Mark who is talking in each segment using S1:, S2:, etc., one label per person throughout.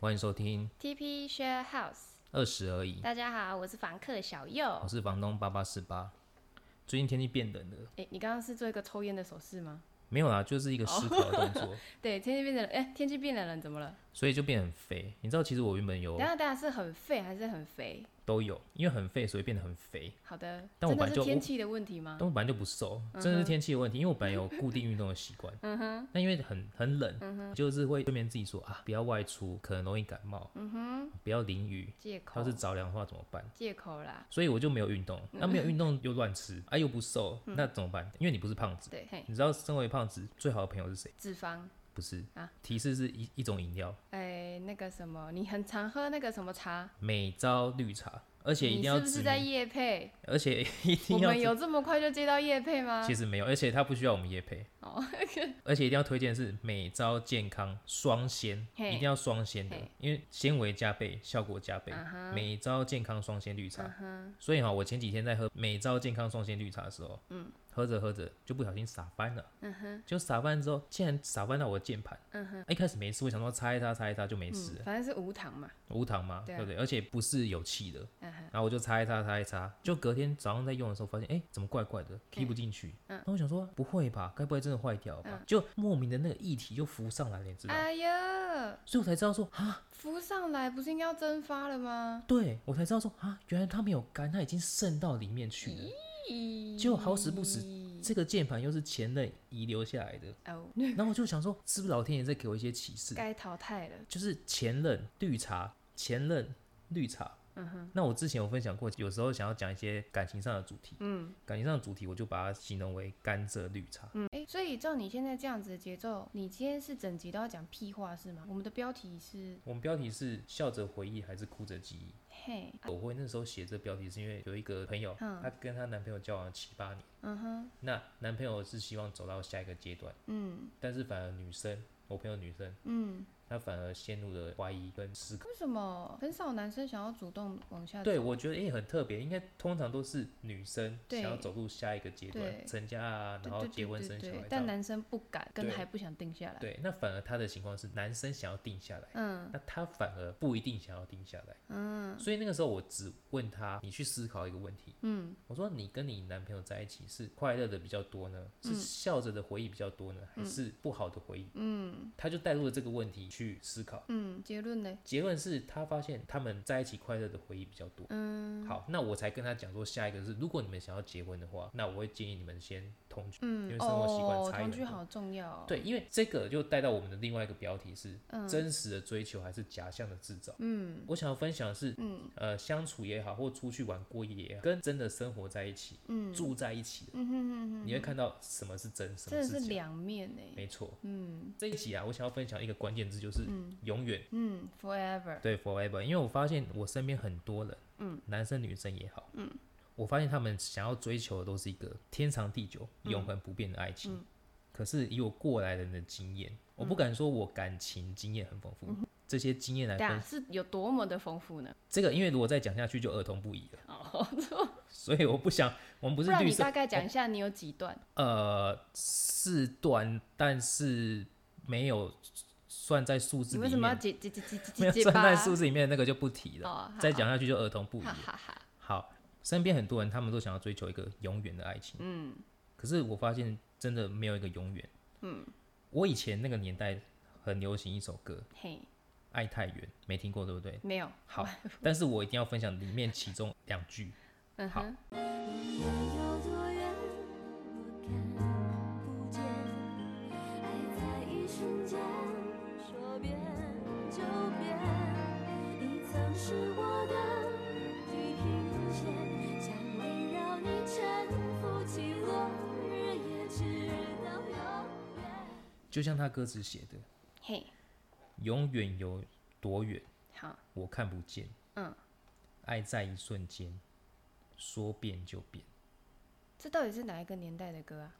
S1: 欢迎收听
S2: TP Share House，
S1: 二十而已，
S2: 大家好，我是房客小右
S1: 我。是房东八八四八。最近天气变冷了，
S2: 哎，你刚刚是做一个抽烟的手势吗？
S1: 没有啦，就是一个思考的动作，
S2: 对，天气变冷，哎，天气变冷了，怎么了？
S1: 所以就变得很肥。你知道，其实我原本有
S2: 等下大家是很废还是很肥？
S1: 都有，因为很肥，所以变得很肥。
S2: 好的，
S1: 但我本
S2: 真的
S1: 来
S2: 是
S1: 就
S2: 天气的问题吗
S1: 但？我本来就不瘦，真的是天气的问题。因为我本来有固定运动的习惯， 嗯哼，嗯但因为很很冷，就是会催眠自己说啊，不要外出，可能容易感冒，嗯哼，哦不要淋雨，
S2: 借口
S1: 要是，着凉的话怎么办？
S2: 借口啦，
S1: 所以我就没有运动，那没有运动又乱吃，啊又不瘦，那怎么办？因为你不是胖子，
S2: 对，嘿，
S1: 你知道身为胖子最好的朋友是谁？
S2: 脂肪，
S1: 不是
S2: 啊
S1: 提示是一一种饮料，
S2: 哎，那个什么，你很常喝那个什么茶，
S1: 美招绿茶，而且一定
S2: 你
S1: 要
S2: 是不
S1: 指
S2: 是
S1: 明，
S2: 在夜配？
S1: 而且 一定
S2: 我
S1: 要
S2: 们
S1: 指
S2: 有这么快就接到夜配吗嗯
S1: 其？实没有，而且它不需要我们夜配
S2: 哦，
S1: 而且一定要推荐的是美招健康双鲜，
S2: 嘿
S1: 一定要双鲜的
S2: 嘿，
S1: 因为纤维加倍，效果加倍。
S2: 啊哈
S1: 美招健康双鲜绿茶，
S2: 嗯哼，
S1: 所以哈，我前几天在喝美招健康双鲜绿茶的时候，嗯，喝着喝着就不小心洒翻了，嗯哼，就洒翻之后，竟然洒翻到我的键盘，嗯哼，一开始没事，我想说擦一擦擦一擦就没事了，
S2: 嗯，反正是无糖嘛，
S1: 无糖嘛，
S2: 对
S1: 对
S2: 啊
S1: 不对？而且不是有气的，
S2: 嗯哼，
S1: 然后我就擦一擦擦一擦，就隔天早上在用的时候发现，哎，怎么怪怪的，踢不进去，嗯，那我想说不会吧，该不会真的坏掉了吧？
S2: 嗯
S1: 就莫名的那个液体就浮上来了，你知道吗？
S2: 哎呀，
S1: 所以我才知道说啊，
S2: 浮上来不是应该要蒸发了吗？
S1: 对我才知道说啊，原来它没有干，它已经渗到里面去了。就好死不死，这个键盘又是前任遗留下来 的，
S2: 哦，
S1: 然后我就想说，是不是老天爷在给我一些启示？
S2: 该淘汰了。
S1: 就是前任绿茶，前任绿茶。
S2: 嗯
S1: 那我之前有分享过，有时候想要讲一些感情上的主题，嗯，感情上的主题我就把它形容为甘蔗绿茶。
S2: 嗯，哎、所以照你现在这样子的节奏，你今天是整集都要讲屁话是吗？我们的标题是
S1: 我们标题是笑着回忆还是哭着记忆？
S2: 嘿，
S1: 我会那时候写这标题是因为有一个朋友，她跟她男朋友交往了七八年，
S2: 嗯哼，
S1: 那男朋友是希望走到下一个阶段，
S2: 嗯
S1: 但是反而女生，我朋友女生，
S2: 嗯，
S1: 她反而陷入了怀疑跟思考。
S2: 为什么很少男生想要主动往下
S1: 对，
S2: 走
S1: 我觉得也、很特别，应该通常都是女生想
S2: 对
S1: 要走入下一个阶段，
S2: 对
S1: 成家啊，
S2: 对
S1: 然后
S2: 对
S1: 结婚
S2: 对
S1: 生
S2: 对
S1: 小
S2: 对
S1: 孩这
S2: 但
S1: 样。
S2: 男生不敢，跟
S1: 对
S2: 还不想定下来。
S1: 对，那反而他的情况是男生想要定下来，
S2: 嗯
S1: 那他反而不一定想要定下来。
S2: 嗯
S1: 所以那个时候我只问他，你去思考一个问题，
S2: 嗯，
S1: 我说你跟你男朋友在一起是快乐的比较多呢，
S2: 嗯
S1: 是笑着的回忆比较多呢，还是不好的回忆？嗯，他就带入了这个问题去思考。
S2: 嗯，结论呢？
S1: 结论是他发现他们在一起快乐的回忆比较多。
S2: 嗯
S1: 好，那我才跟他讲说，下一个是，如果你们想要结婚的话，那我会建议你们先同居。因为
S2: 嗯，
S1: 生活习惯
S2: 哦，
S1: 差异
S2: 同
S1: 很
S2: 居
S1: 多
S2: 好重要、哦。，
S1: 对，因为这个就带到我们的另外一个标题是、
S2: 嗯
S1: 真实的追求还是假象的制造。
S2: 嗯
S1: 我想要分享的是，
S2: 嗯
S1: 呃，相处也好，或出去玩过夜也好，跟真的生活在一起、
S2: 嗯
S1: 住在一起的，
S2: 嗯哼哼哼，
S1: 你会看到什么是真，什
S2: 真
S1: 么
S2: 的是
S1: 假。
S2: 两面呢、
S1: 没错，
S2: 嗯
S1: 这一集啊，我想要分享一个关键字，就是永远。
S2: 嗯，forever。
S1: 对，forever，因为我发现我身边很多人，嗯，男生女生也好，嗯，我发现他们想要追求的都是一个天长地久、
S2: 嗯
S1: 永恒不变的爱情。可是以我过来人的经验，我
S2: 嗯
S1: 不敢说我感情经验很丰富，这些经验来
S2: 对啊，
S1: 分，
S2: 是有多么的丰富呢？
S1: 这个因为如果再讲下去就儿童不宜了，
S2: 哦，
S1: 所以我不想，我们不
S2: 不
S1: 是
S2: 然
S1: 绿
S2: 你
S1: 色哎
S2: 大，概讲一下你有几段？
S1: 呃，四段，但是没有算在数字
S2: 你为
S1: 里
S2: 什么要
S1: 面，
S2: 解解解解
S1: 没
S2: 解
S1: 有
S2: 解
S1: 算
S2: 吧
S1: 在？数字里面那个就不提了，
S2: 哦，
S1: 再讲下去就儿童不宜
S2: 好，
S1: 了。
S2: 哈哈哈，
S1: 好，身边很多人他们都想要追求一个永远的爱情，嗯，可是我发现真的没有一个永远，嗯，我以前那个年代很流行一首歌《
S2: 嘿，
S1: 爱太远》，没听过对不对？
S2: 没有，
S1: 好，但是我一定要分享里面其中两句，
S2: 嗯
S1: 好
S2: 哼，
S3: 你要有多远，我看不见。爱在一瞬间，说变就变。你曾是我的地平线，想围绕你沉浮起落，日夜直到永远。
S1: 就像他歌词写的
S2: 嘿，：“
S1: 永远有多远，
S2: 好，
S1: 我看不见。”
S2: 嗯，
S1: 爱在一瞬间，说变就变。
S2: 这到底是哪一个年代的歌啊？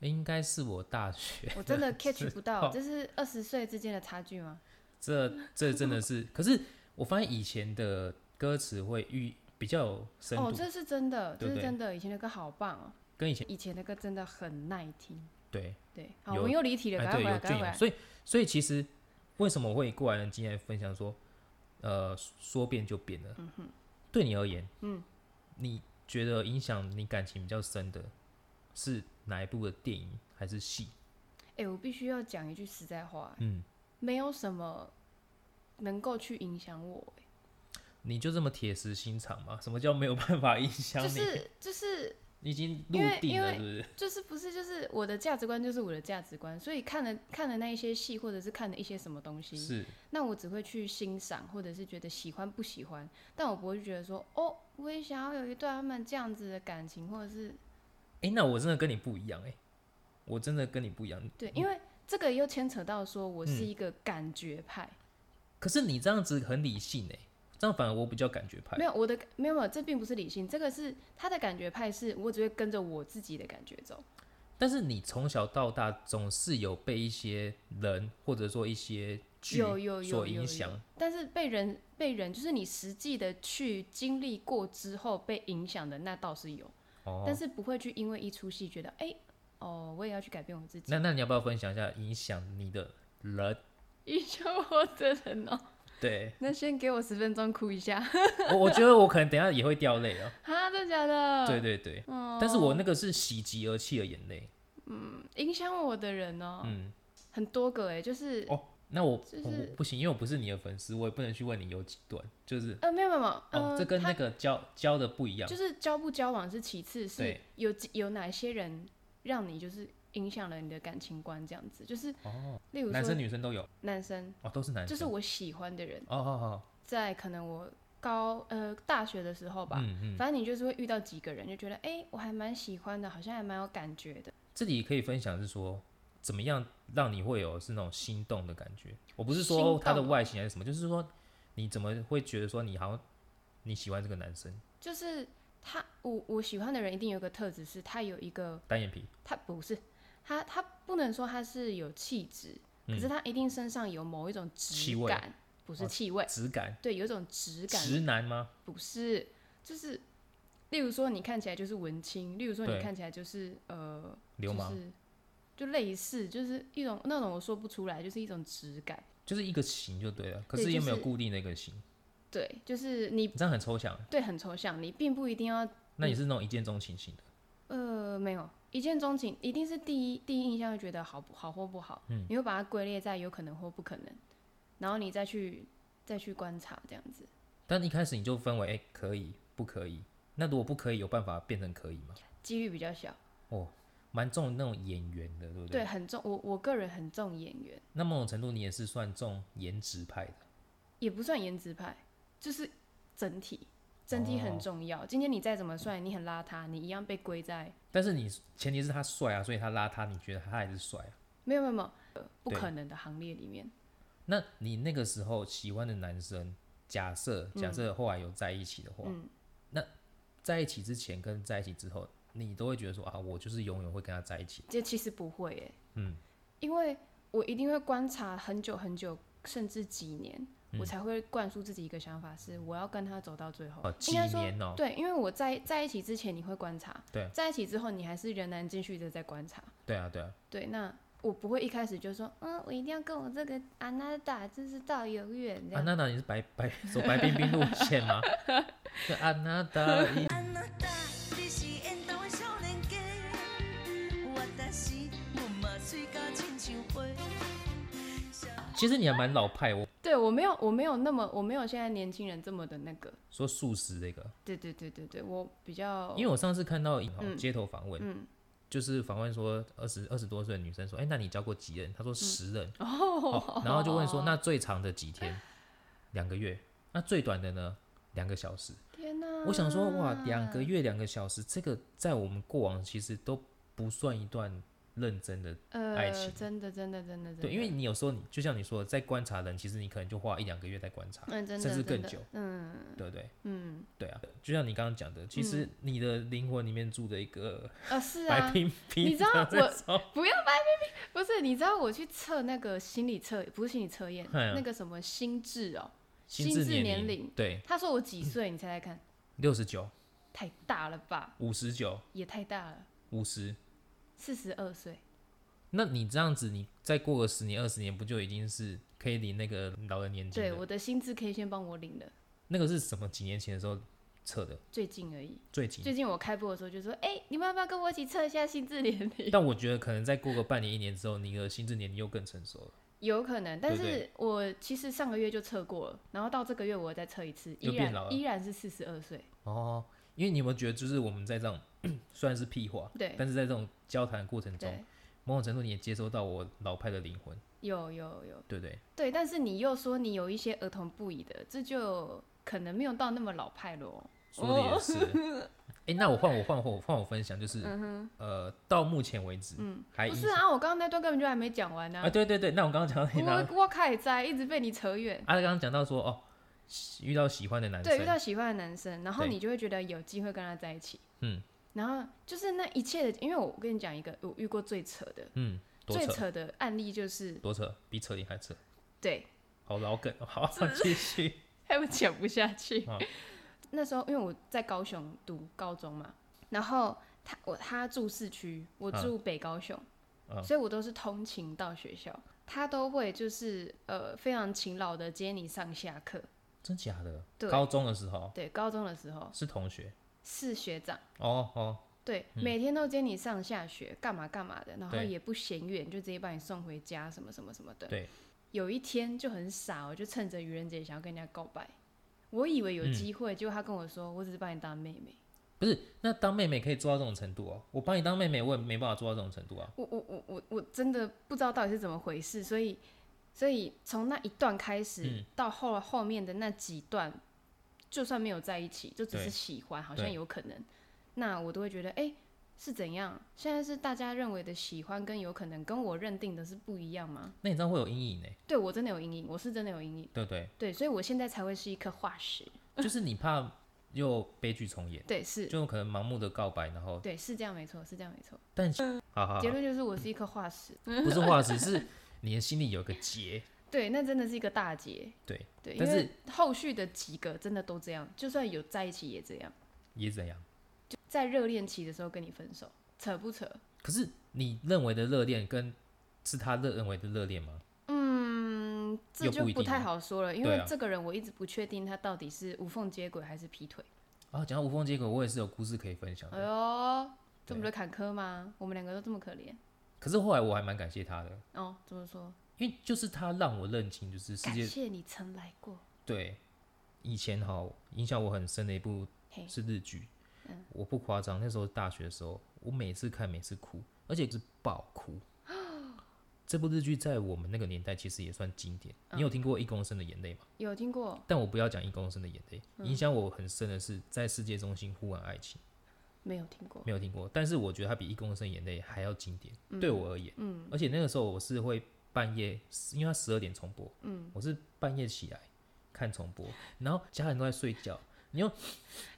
S1: 应该是我大学，
S2: 我真 的 catch 不到，
S1: 哦
S2: 这是二十岁之间的差距吗？
S1: 这这真的是，可是我发现以前的歌词会遇比较有深度，
S2: 哦，这是真的，
S1: 对
S2: 这
S1: 不
S2: 是
S1: 对
S2: 真的，以前的歌好棒哦，
S1: 跟以前
S2: 以前的歌真的很耐听。
S1: 对，
S2: 对，好，
S1: 有
S2: 我们又离题了，
S1: 哎
S2: 赶快
S1: 对
S2: 回来，
S1: 有
S2: 赶
S1: 隽永，
S2: 快回来。
S1: 所以所以其实为什么我会以过来人经验分享说，呃，说变就变
S2: 嗯
S1: 了？对你而言，嗯，你觉得影响你感情比较深的是哪一部的电影还是戏？
S2: 哎、我必须要讲一句实在话、
S1: 嗯，
S2: 没有什么能够去影响我、
S1: 你就这么铁石心肠吗？什么叫没有办法影响
S2: 就
S1: 你？
S2: 是就是
S1: 你已经入
S2: 因为
S1: 定
S2: 因
S1: 了，
S2: 为
S1: 是不是？
S2: 就是不是就是我的价值观就是我的价值观，所以看了看了那一些戏或者是看了一些什么东西，
S1: 是，
S2: 那我只会去欣赏或者是觉得喜欢不喜欢，但我不会觉得说哦，我也想要有一段他们这样子的感情，或者是
S1: 哎、那我真的跟你不一样、欸，哎，我真的跟你不一样。
S2: 对，因为这个又牵扯到说我
S1: 嗯
S2: 是一个感觉派，
S1: 可是你这样子很理性、欸，哎，这样反而我比较感觉派
S2: 没。有我的没有没有，这并不是理性，这个是他的感觉派是我只会跟着我自己的感觉走，
S1: 但是你从小到大总是有被一些人或者说一些剧
S2: 有有有
S1: 所
S2: 有
S1: 影
S2: 有
S1: 响，，
S2: 但是被人被人就是你实际的去经历过之后被影响的那倒是有，
S1: 哦
S2: 但是不会去因为一出戏觉得哎、哦我也要去改变我自己
S1: 那，那你要不要分享一下影响你的人？
S2: 影响 我的人哦、
S1: 对
S2: 那先给我十分钟哭一下，
S1: 我，我觉得我可能等一下也会掉泪 哦。
S2: 哈，真的假的？
S1: 对对对，
S2: 哦
S1: 但是我那个是喜极而泣的眼泪。
S2: 影响我的人哦、
S1: 嗯，
S2: 很多个哎、就是、
S1: 哦，那我、
S2: 就是
S1: 我我不行，因为我不是你的粉丝，我也不能去问你有几段，就是
S2: 呃，没有没有没有，
S1: 哦，
S2: 呃，
S1: 这跟
S2: 他
S1: 那个交交的不一样
S2: 就。是交不交往是其次，是
S1: 对
S2: 有几有哪些人让你就是影响了你的感情观这样子，就是
S1: 哦，
S2: 例如说
S1: 男生女生都有
S2: 男生
S1: 哦，都是男生。
S2: 就是我喜欢的人，
S1: 哦哦
S2: 在可能我高呃大学的时候
S1: 哦，
S2: 吧。
S1: 嗯嗯，
S2: 反正你就是会遇到几个人，就觉得哎、我还蛮喜欢的，好像还蛮有感觉的。
S1: 这里可以分享是说，怎么样让你会有是那种心动的感觉？我不是说
S2: 心
S1: 他的
S2: 动哦
S1: 外形还是什么，就是说你怎么会觉得说你好像你喜欢这个男生？
S2: 就是他，我我喜欢的人一定有一个特质，是他有一个
S1: 单眼皮，
S2: 他不是他，他不能说他是有气质，
S1: 嗯
S2: 可是他一定身上有某一种
S1: 气
S2: 质
S1: 味
S2: 感，不是
S1: 哦
S2: 气味，
S1: 直感，
S2: 对，有一种质感，
S1: 直男吗？
S2: 不是，就是，例如说你看起来就是文青，例如说你
S1: 对
S2: 看起来就是呃，
S1: 流氓
S2: 就是就类似，就是一种那种我说不出来，就是一种质感，
S1: 就是一个型就对了，可是
S2: 对
S1: 又
S2: 就
S1: 没有
S2: 是
S1: 固定的一个型，
S2: 对，就是你
S1: 你这样很抽象。
S2: 对很抽象，你并不一定要
S1: 那你是那种一见钟情型的，
S2: 呃，没有一见钟情，一定是第一第一印象会觉得好不好或不好，
S1: 嗯
S2: 你会把它归列在有可能或不可能，然后你再去再去观察这样子。
S1: 但一开始你就分为哎、可以不可以？那如果不可以，有办法变成可以吗？
S2: 几率比较小，
S1: 哦，蛮重那种眼缘的，对不
S2: 对，很重。我我个人很重演员，
S1: 那某种程度你也是算重颜值派的。
S2: 也不算颜值派，就是整体，整体很
S1: 哦
S2: 重要。今天你再怎么帅，你很邋遢，你一样被归在
S1: 但是你前提是他帅啊，所以他邋遢，你觉得他还是帅啊、
S2: 没有没有没有、呃不
S1: 对
S2: 可能的行列里面。
S1: 那你那个时候喜欢的男生，假设
S2: 嗯
S1: 假设后来有在一起的话，那在一起之前跟在一起之后，你都会觉得说啊，我就是永远会跟他在一起。
S2: 这其实不会诶、
S1: 嗯，
S2: 因为我一定会观察很久很久，甚至几年，
S1: 嗯
S2: 我才会灌输自己一个想法是，我要跟他走到最后。
S1: 哦，
S2: 应
S1: 几
S2: 该说，
S1: 年哦、
S2: 对，因为我在在一起之前你会观察，
S1: 对
S2: 在一起之后你还是仍然继续的在观察，
S1: 对啊，对啊，
S2: 对，那。我不会一开始就说，嗯，我一定要跟我这个安娜达就是到永远这
S1: 安
S2: 样。
S1: 娜啊达，你是白白 走白冰冰路线 吗？啊是安娜达，
S3: あなた自身縁倒少年家，私我嘛水甲亲像花。
S1: 其实你还蛮老派。我
S2: 对我没有，我没有那么，我没有现在年轻人这么的那个。
S1: 说素食这个，
S2: 对对对对对，我比较，
S1: 因为我上次看到一
S2: 哦嗯
S1: 街头访问，
S2: 嗯
S1: 就是访问说二十二十多岁的女生说，哎、那你交过几任？她说十任。
S2: 哦
S1: 哦，然后就问说，那最长的几天？两个月。那最短的呢？两个小时。
S2: 天哪！
S1: 我想说，哇，两个月两个小时，这个在我们过往其实都不算一段认真的。
S2: 呃，
S1: 爱情
S2: 真的真的真的真的，
S1: 对，因为你有时候你就像你说的，在观察人，其实你可能就花一两个月在观察，
S2: 嗯，真的
S1: 甚至
S2: 真
S1: 更
S2: 的
S1: 久，
S2: 嗯
S1: 对不对？
S2: 嗯
S1: 对啊，就像你刚刚讲的，其实你的灵魂里面住的一个
S2: 啊，是
S1: 白
S2: 啊，
S1: 冰冰，
S2: 你知道
S1: 在说
S2: 不要白冰冰，不是，你知道我去测那个心理测，不是心理测验，
S1: 嗯
S2: 那个什么心智哦，
S1: 心
S2: 心
S1: 智
S2: 智年
S1: 龄
S2: 龄
S1: 对
S2: 他说我几岁，你猜猜看，
S1: 六十九、
S2: 太大了吧，
S1: 五十九、
S2: 也太大了，
S1: 五十，
S2: 四十二岁，
S1: 那你这样子，你再过个十年、二十年，不就已经是可以领那个老人年金
S2: 对，
S1: 了？
S2: 我的薪资可以先帮我领了，
S1: 那个是什么几年前的时候测的？
S2: 最近而已。
S1: 最近。
S2: 最近我开播的时候就说，哎、你们要不要跟我一起测一下心智年龄？
S1: 但我觉得可能再过个半年、一年之后，你的心智年龄又更成熟了，
S2: 有可能，但
S1: 对不
S2: 是我其实上个月就测过了，然后到这个月我再测一次，
S1: 又
S2: 依
S1: 变老了
S2: 然依然是四十二岁。
S1: 哦。因为你有没有觉得，就是我们在这种 虽然是屁话，
S2: 对
S1: 但是在这种交谈过程中
S2: 对，，
S1: 某种程度你也接收到我老派的灵魂，
S2: 有有有，
S1: 对不对？
S2: 对，但是你又说你有一些儿童不宜的，这就可能没有到那么老派了哦。
S1: 说的也是。哎、那我换我换我换我分享，就是、呃，到目前为止，还
S2: 嗯不
S1: 影
S2: 是啊，我刚刚那段根本就还没讲完呢、
S1: 啊，对对对，那我刚刚讲到你那，
S2: 我我开始在一直被你扯远。
S1: 阿刚刚讲到说哦，喜遇到喜欢的男
S2: 对，遇
S1: 生，
S2: 到喜欢的男生，然后
S1: 对
S2: 你就会觉得有机会跟他在一起。
S1: 嗯。
S2: 然后就是那一切的，因为我跟你讲一个我遇过最扯的、
S1: 嗯，多
S2: 最
S1: 扯
S2: 扯的案例，就是
S1: 多扯，比扯铃还扯，
S2: 对，
S1: 好老梗哦，好继续，
S2: 还有讲不下去。
S1: 啊
S2: 那时候因为我在高雄读高中嘛，然后他我他住市区，我
S1: 啊
S2: 住北高雄，
S1: 啊
S2: 所以我都是通勤到学校。他都会就是呃非常勤劳的接你上下课。
S1: 真假的？
S2: 对
S1: 高中的时候
S2: 对，高中的时候
S1: 是同学，
S2: 是学长。
S1: 哦哦，
S2: 对，每天都接你上下学，干嘛干嘛的，然后
S1: 对
S2: 也不嫌远，就直接把你送回家，什么什么什么的。
S1: 对，
S2: 有一天就很傻哦，我就趁着愚人节想要跟人家告白，我以为有
S1: 嗯
S2: 机会，结果他跟我说，我只是把你当妹妹。
S1: 不是，那当妹妹可以做到这种程度哦，我把你当妹妹，我也没办法做到这种程度啊。
S2: 我我我我我真的不知道到底是怎么回事，所以所以从那一段开始、
S1: 嗯
S2: 到后后面的那几段，就算没有在一起，就只
S1: 对
S2: 是喜欢，好像
S1: 对
S2: 有可能，那我都会觉得哎。诶是怎样？现在是大家认为的喜欢跟有可能跟我认定的是不一样吗？
S1: 那你这样会有阴影呢，
S2: 对我真的有阴影，我是真的有阴影。
S1: 对不对？
S2: 对，所以我现在才会是一颗化石。
S1: 就是你怕又悲剧重演，
S2: 对，是，
S1: 就有可能盲目的告白，然后
S2: 对，是这样没错，是这样没错。
S1: 但好好好
S2: 结，论就是我是一颗化石。
S1: 不是化石，是你的心里有个结，
S2: 对，那真的是一个大劫。
S1: 对，
S2: 对，
S1: 但
S2: 因为后续的几个真的都这样，就算有在一起也这样，
S1: 也是怎样？
S2: 在热恋期的时候跟你分手，扯不扯？
S1: 可是你认为的热恋跟是他认认为的热恋吗？
S2: 嗯，这
S1: 又
S2: 就
S1: 不一定
S2: 不太好说了，因
S1: 对
S2: 为
S1: 啊
S2: 这个人我一直不确定他到底是无缝接轨还是劈腿。
S1: 啊，讲到无缝接轨，我也是有故事可以分享
S2: 哎
S1: 的。
S2: 呦，这
S1: 对啊
S2: 么的坎坷吗？我们两个都这么可怜
S1: 可是后来我还蛮感谢他的，
S2: 哦？怎么说？
S1: 因为就是他让我认清，就是世
S2: 感
S1: 界
S2: 谢你曾来过。
S1: 对以前哈影响我很深的一部
S2: 嘿，
S1: 是日剧，我不夸张，那时候大学的时候，我每次看每次哭，而且是爆哭。这部日剧在我们那个年代其实也算经典。你有听过《一公升的眼泪》吗？
S2: 有听过？
S1: 但我不要讲《一公升的眼泪》，
S2: 嗯
S1: 影响我很深的是在世界中心呼唤爱情。
S2: 没有听过？
S1: 没有听过，但是我觉得它比《一公升眼泪》还要经典，对我而言。嗯，而且那个时候我是会半夜，因为它十二点重播，嗯，我是半夜起来看重播，然后家人都在睡觉，你又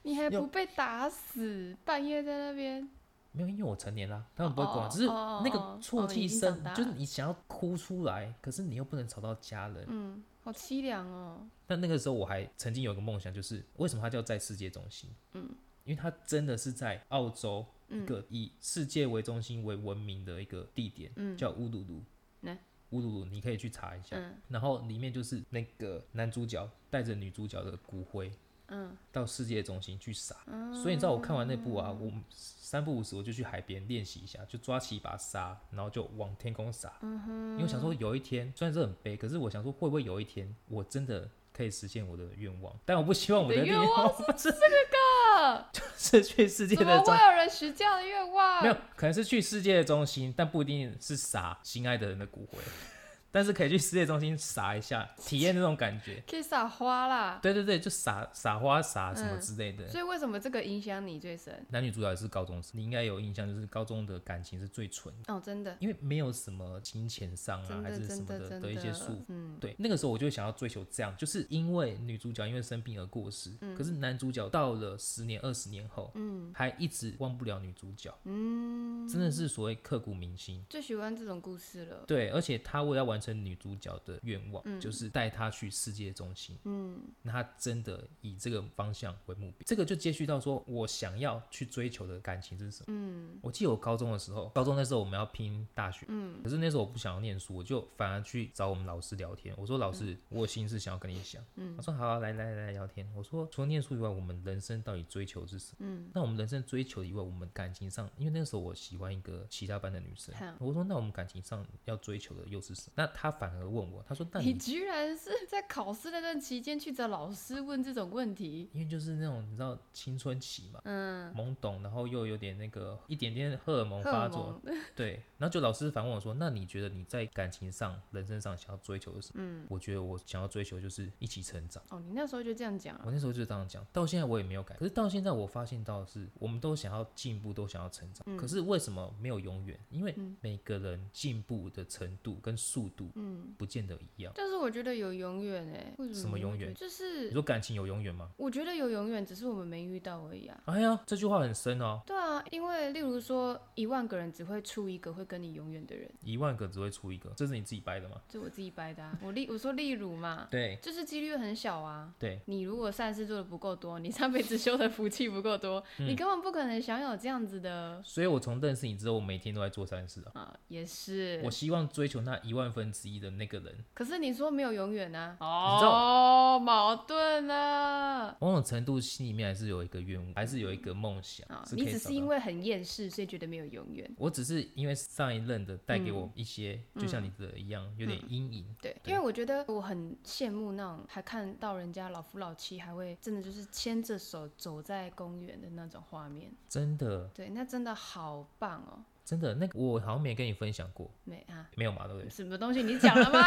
S2: 你还不被打死？半夜在那边？
S1: 没有，因为我成年啦，他们不会管我，
S2: 哦
S1: 只是
S2: 哦
S1: 那个
S2: 哦
S1: 啜
S2: 哦你
S1: 泣
S2: 已经
S1: 声
S2: 长，大
S1: 就是你想要哭出来，可是你又不能吵到家人。
S2: 嗯，好凄凉哦。
S1: 那那个时候我还曾经有一个梦想，就是为什么它叫在世界中心？嗯，因为它真的是在澳洲
S2: 嗯
S1: 一个以世界为中心为文明的一个地点，叫乌鲁鲁。
S2: 嗯
S1: 乌鲁鲁，你可以去查一下。
S2: 嗯
S1: 然后里面就是那个男主角带着女主角的骨灰
S2: 嗯，哦
S1: 到世界中心去撒。所以你知道我看完那部啊，我三不五时我就去海边练习一下，就抓起一把沙，然后就往天空撒。
S2: 嗯
S1: 因为我想说有一天，虽然这很悲，可是我想说会不会有一天我真的可以实现我的愿望？但我不希望我
S2: 你的
S1: 愿
S2: 愿
S1: 望 是
S2: 啊
S1: 是去世界
S2: 怎
S1: 的
S2: 么
S1: 中
S2: 会。有人许这样的愿望？
S1: 没有，可能是去世界的中心，但不一定是撒心爱的人的骨灰， 但是可以去世界中心撒一下，体验那种感觉。
S2: 可以撒花啦。
S1: 对对对，就撒撒花撒什么
S2: 嗯
S1: 之类的。
S2: 所以为什么这个影响你最深？
S1: 男女主角也是高中生，你应该有印象，就是高中的感情是最纯的，
S2: 哦，真的，
S1: 因为没有什么金钱上啊
S2: 真
S1: 还
S2: 的，
S1: 是什
S2: 真
S1: 么
S2: 的，
S1: 的
S2: 真
S1: 一些束缚。
S2: 嗯，
S1: 对，那个时候我就想要追求这样，就是因为女主角因为生病而过世，
S2: 嗯
S1: 可是男主角到了十年、二十年后，嗯，还一直忘不了女主角，嗯，真的是所谓刻骨铭心。
S2: 最喜欢这种故事了。
S1: 对，而且他为了要完生女主角的愿望，
S2: 嗯
S1: 就是带她去世界中心。
S2: 嗯
S1: 那她真的以这个方向为目标，这个就接续到说我想要去追求的感情是什么。
S2: 嗯
S1: 我记得我高中的时候，高中那时候我们要拼大学，
S2: 嗯
S1: 可是那时候我不想要念书，我就反而去找我们老师聊天。我说老师，我有心事想要跟你讲。
S2: 嗯
S1: 他说好啊、来来来聊天。我说除了念书以外，我们人生到底追求是什么？
S2: 嗯
S1: 那我们人生追求以外，我们感情上，因为那时候我喜欢一个其他班的女生
S2: 哈，
S1: 我说那我们感情上要追求的又是什么？那他反而问我，他说那
S2: 你
S1: 你
S2: 居然是在考试那段期间去找老师问这种问题？
S1: 因为就是那种你知道青春期嘛，
S2: 嗯，
S1: 懵懂，然后又有点那个一点点荷尔蒙
S2: 荷
S1: 发
S2: 尔
S1: 作，
S2: 蒙，
S1: 对，然后就老师反问我说，那你觉得你在感情上、人生上想要追求的是什么？
S2: 嗯，
S1: 我觉得我想要追求就是一起成长。
S2: 哦，你那时候就这样讲啊
S1: 我那时候就这样讲，到现在我也没有改。可是到现在我发现到是，我们都想要进步，都想要成长。
S2: 嗯
S1: 可是为什么没有永远？因为
S2: 嗯
S1: 每个人进步的程度跟速度
S2: 嗯，
S1: 不见得一样。
S2: 但是我觉得有永远哎、为
S1: 什么
S2: 你会
S1: 永
S2: 觉
S1: 远
S2: 得就
S1: 你
S2: 是
S1: 说感情有永远吗？
S2: 我觉得有永远，只是我们没遇到而已啊。
S1: 哎呀，这句话很深哦。
S2: 对啊，因为例如说，一万个人只会出一个会跟你永远的人，
S1: 一万个只会出一个，这是你自己掰的吗？
S2: 这我自己掰的啊。我例我说例如嘛，
S1: 对
S2: 就是几率很小啊。
S1: 对，
S2: 你如果善事做的不够多，你上辈子修的福气不够多，
S1: 嗯
S2: 你根本不可能享有这样子的
S1: 所以我从认识你之后，我每天都在做善事啊。
S2: 啊。也是
S1: 我，希望追求那一万分之一的那个人，
S2: 可是你说没有永远啊，
S1: 你知
S2: 哦，矛盾啊了。
S1: 某种程度心里面还是有一个愿望，还是有一个梦想
S2: 啊，，
S1: 可
S2: 你
S1: 以
S2: 只
S1: 找
S2: 是因
S1: 到
S2: 为很厌世，所以觉得没有永远。
S1: 我只是因为上一任的带给我一些，就像你的一样，有点阴影。
S2: 对，
S1: 对
S2: 因为我觉得我很羡慕那种还看到人家老夫老妻还会真的就是牵着手走在公园的那种画面，
S1: 真的，
S2: 对，那真的好棒哦！
S1: 真的，那个我好像没跟你分享过，
S2: 美啊，
S1: 没有嘛，对不对？
S2: 什么东西你讲了 吗？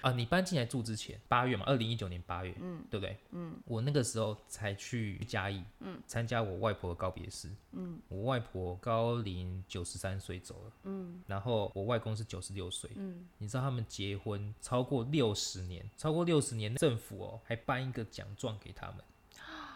S1: 啊，你搬进来住之前，八月嘛，二零一九年八月，
S2: 嗯
S1: 对不对？嗯，我那个时候才去嘉义，嗯，参加我外婆的告别式，嗯，我外婆高龄九十三岁走了，
S2: 嗯
S1: 然后我外公是九十六岁，
S2: 嗯，
S1: 你知道他们结婚超过六十年，超过六十年，政府哦还颁一个奖状给他们。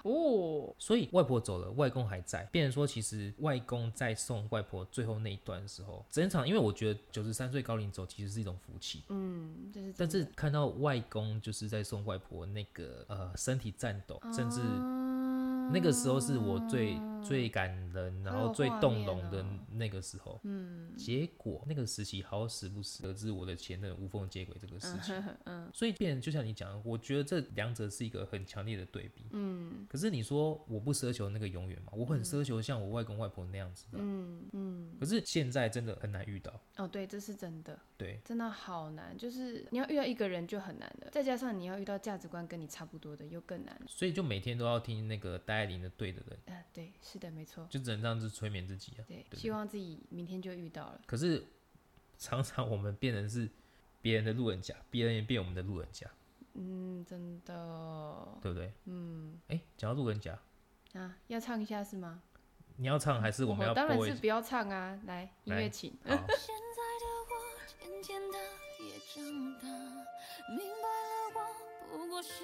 S2: 哦，
S1: 所以外婆走了，外公还在。变成说，其实外公在送外婆最后那一段的时候，整场因为我觉得九十三岁高龄走其实是一种福气，
S2: 嗯，这是真
S1: 但是
S2: 的
S1: 看到外公就是在送外婆那个呃身体颤抖，甚至
S2: 啊
S1: 那个时候是我最最感人，然
S2: 好
S1: 后
S2: 有
S1: 最
S2: 画
S1: 动
S2: 面
S1: 容的
S2: 哦
S1: 那个时候。
S2: 嗯
S1: 结果那个时期好死不死得知我的前任无缝接轨这个事
S2: 嗯
S1: 情，
S2: 呵嗯
S1: 所以变成就像你讲的，我觉得这两者是一个很强烈的对比。
S2: 嗯
S1: 可是你说我不奢求那个永远嘛，我很奢求像我外公外婆那样子的。
S2: 嗯嗯，
S1: 可是现在真的很难遇到，
S2: 哦，对，这是真的，
S1: 对，
S2: 真的好难，就是你要遇到一个人就很难了，再加上你要遇到价值观跟你差不多的又更难了。
S1: 所以就每天都要听那个戴爱玲的《对的人》，
S2: 啊，对，是的，没错。
S1: 就只能这样子催眠自己啊。
S2: 对，
S1: 对
S2: 希望自己明天就遇到了。
S1: 可是常常我们变成是别人的路人甲，别人也变我们的路人甲，
S2: 嗯，真的哦
S1: 对不对？嗯。哎、讲到路人甲，
S2: 啊，要唱一下是吗？
S1: 你要唱还是我们要
S2: 哦当然
S1: 播一
S2: 是
S1: 下？
S2: 不要唱啊！来，音
S1: 来
S2: 乐请。
S1: 好，
S3: 现在的我渐渐的也长大，明白了我不过是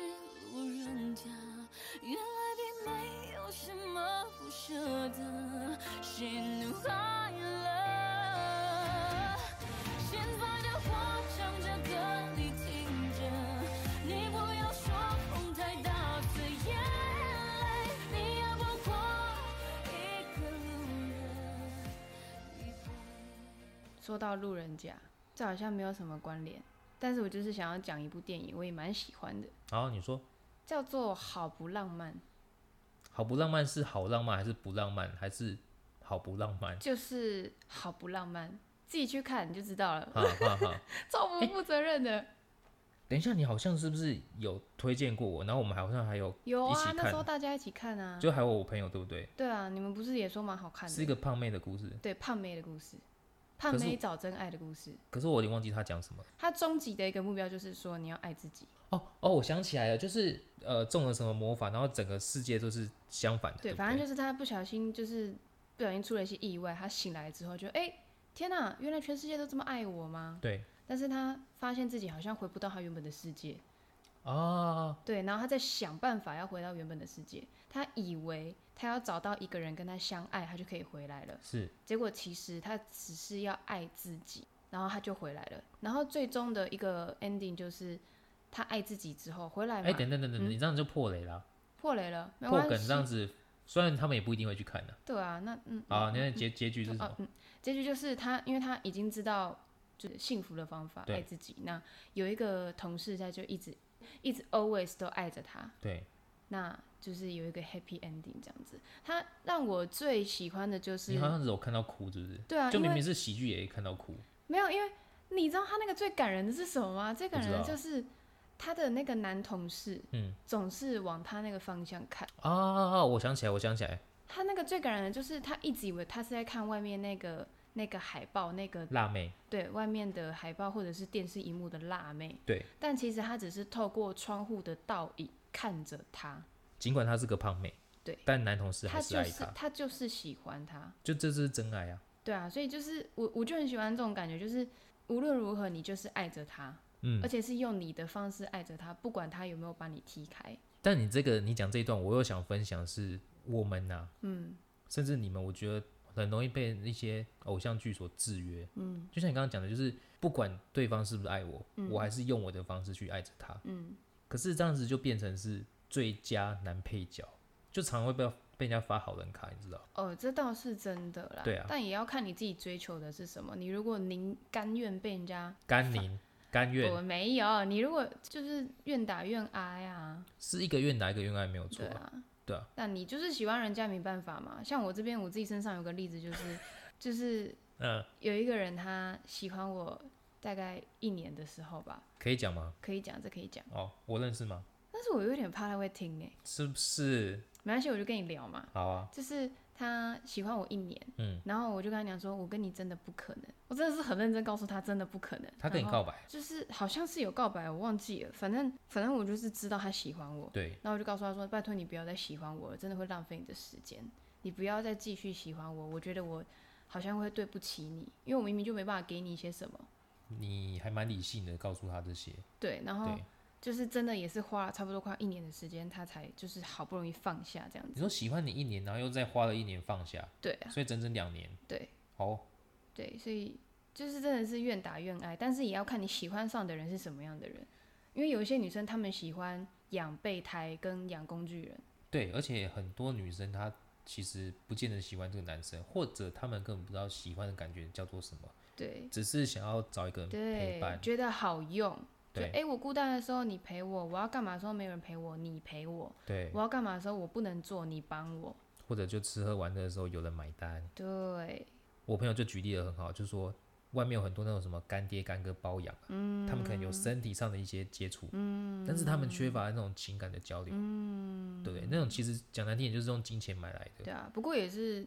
S3: 路人甲，原来并没有什么不舍得，谁能快乐？现在的我唱着歌，你听着，你不要说风太大的眼泪，你要不过一个路人。一杯。
S2: 说到路人甲，这好像没有什么关联，但是我就是想要讲一部电影，我也蛮喜欢的，
S1: 好，你说
S2: 叫做《好不浪漫》，？
S1: 好不浪漫是好浪漫还是不浪漫还是好不浪漫
S2: 就是好不浪漫，自己去看你就知道了，
S1: 哈哈哈。
S2: 超不负责任的。
S1: 等一下，你好像是不是有推荐过我？然后我们好像还有
S2: 有
S1: 一起
S2: 啊，
S1: 看
S2: 那时候大家一起看啊。
S1: 就还有我朋友，对不对？
S2: 对啊，你们不是也说蛮好看的？
S1: 是一个胖妹的故事，
S2: 对胖妹的故事，胖
S1: 可是
S2: 妹找真爱的故事。
S1: 可是我有点忘记她讲什么了。
S2: 他终极的一个目标就是说，你要爱自己，
S1: 哦哦，我想起来了，就是呃中了什么魔法，然后整个世界都是相反的。对
S2: 对，
S1: 不对，
S2: 反正就是他不小心，就是不小心出了一些意外，他醒来之后就，哎、天哪、原来全世界都这么爱我吗？
S1: 对
S2: 但是他发现自己好像回不到他原本的世界，
S1: 啊，
S2: 对，然后他在想办法要回到原本的世界，他以为他要找到一个人跟他相爱，他就可以回来了，
S1: 是
S2: 结果其实他只是要爱自己，然后他就回来了。然后最终的一个 ending 就是他爱自己之后回来嘛，
S1: 哎，等等等等，你这样就破雷啦，
S2: 破雷了，嗯没
S1: 破
S2: 关
S1: 梗
S2: 系
S1: 这，样子，虽然他们也不一定会去看的。
S2: 对啊，那嗯，
S1: 啊，那结结局是什
S2: 啊
S1: 么？
S2: 嗯，结局就是他，因为他已经知道就是幸福的方法，
S1: 对
S2: 爱自己。那有一个同事在就一直一直 always 都爱着他，
S1: 对，
S2: 那就是有一个 happy ending 这样子。他让我最喜欢的就是
S1: 你，好像只有看到哭，是不是？
S2: 对啊，
S1: 就
S2: 因
S1: 明
S2: 为
S1: 明是喜剧，也可以看到哭。
S2: 没有，因为你知道他那个最感人的是什么吗？最感人的
S1: 不知道
S2: 就是他的那个男同事
S1: 嗯
S2: 总是往他那个方向看。
S1: 啊，我想起来，我想起来，
S2: 他那个最感人的就是他一直以为他是在看外面那个那个海报，那个
S1: 辣妹，
S2: 对外面的海报或者是电视荧幕的辣妹，
S1: 对，
S2: 但其实他只是透过窗户的倒影看着他，
S1: 尽管她是个胖妹，
S2: 对
S1: 但男同事
S2: 他
S1: 还是
S2: 就
S1: 爱
S2: 是
S1: 她，
S2: 他就是喜欢他，
S1: 就这是真爱啊。
S2: 对啊，所以就是我我就很喜欢这种感觉，就是无论如何你就是爱着他，
S1: 嗯
S2: 而，且是用你的方式爱着他，不管他有没有把你踢开，
S1: 但你这个你讲这一段，我又想分享是我们呐、
S2: 嗯
S1: 甚至你们，我觉得很容易被一些偶像剧所制约。
S2: 嗯
S1: 就像你刚刚讲的，就是不管对方是不是爱我，
S2: 嗯
S1: 我还是用我的方式去爱着他。
S2: 嗯，
S1: 可是这样子就变成是最佳男配角，就常会被被人家发好人卡，你知道？
S2: 哦，这倒是真的啦，
S1: 对啊
S2: 但也要看你自己追求的是什么，你如果宁甘愿被人家，
S1: 甘 宁、甘
S2: 我
S1: 愿
S2: 没有，你如果就是愿打愿挨啊，
S1: 是一个愿打一个愿挨，没有错
S2: 对
S1: 啊、
S2: 啊，
S1: 对啊。
S2: 那你就是喜欢人家没办法嘛。像我这边我自己身上有个例子，就是就是
S1: 嗯，
S2: 有一个人他喜欢我大概一年的时候吧，
S1: 可以讲吗？
S2: 可以讲这可以讲，
S1: 哦，我认识吗？
S2: 但是我有点怕他会听哎、
S1: 是不是？
S2: 没关系，我就跟你聊嘛。
S1: 好啊，
S2: 就是他喜欢我一年，
S1: 嗯，
S2: 然后我就跟他讲说，我跟你真的不可能，我真的是很认真告诉他，真的不可能。
S1: 他跟你
S2: 然后
S1: 告白，
S2: 就是好像是有告白，我忘记了，反正反正我就是知道他喜欢我，
S1: 对，
S2: 然后我就告诉他说：“拜托你不要再喜欢我了，真的会浪费你的时间，你不要再继续喜欢我，我觉得我好像会对不起你，因为我明明就没办法给你一些什么。
S1: 你还蛮理性的告诉他这些，”
S2: 对，然后
S1: 对。
S2: 就是真的也是花了差不多快一年的时间，他才就是好不容易放下这样
S1: 你
S2: 子。
S1: 说喜欢你一年，然后又再花了一年放下，
S2: 对啊，
S1: 所以整整两年。
S2: 对
S1: 哦，
S2: 对，所以就是真的是愿打愿挨，但是也要看你喜欢上的人是什么样的人，因为有一些女生她们喜欢养备胎跟养工具人。
S1: 对，而且很多女生她其实不见得喜欢这个男生，或者她们根本不知道喜欢的感觉叫做什么，
S2: 对
S1: 只是想要找一个人嗯陪
S2: 对
S1: 伴，。
S2: 觉得好用。就哎、
S1: 对
S2: 诶我孤单的时候你陪我，我要干嘛的时候没有人陪我，你陪我；
S1: 对，
S2: 我要干嘛的时候我不能做，你帮我。
S1: 或者就吃喝玩乐的时候有人买单。
S2: 对，
S1: 我朋友就举例的很好，就说外面有很多那种什么干爹干哥包养、啊，嗯，他们可能有身体上的一些接触，嗯，但是他们缺乏那种情感的交流，嗯，对不对？那种其实讲难听点就是用金钱买来的，
S2: 对啊。不过也是，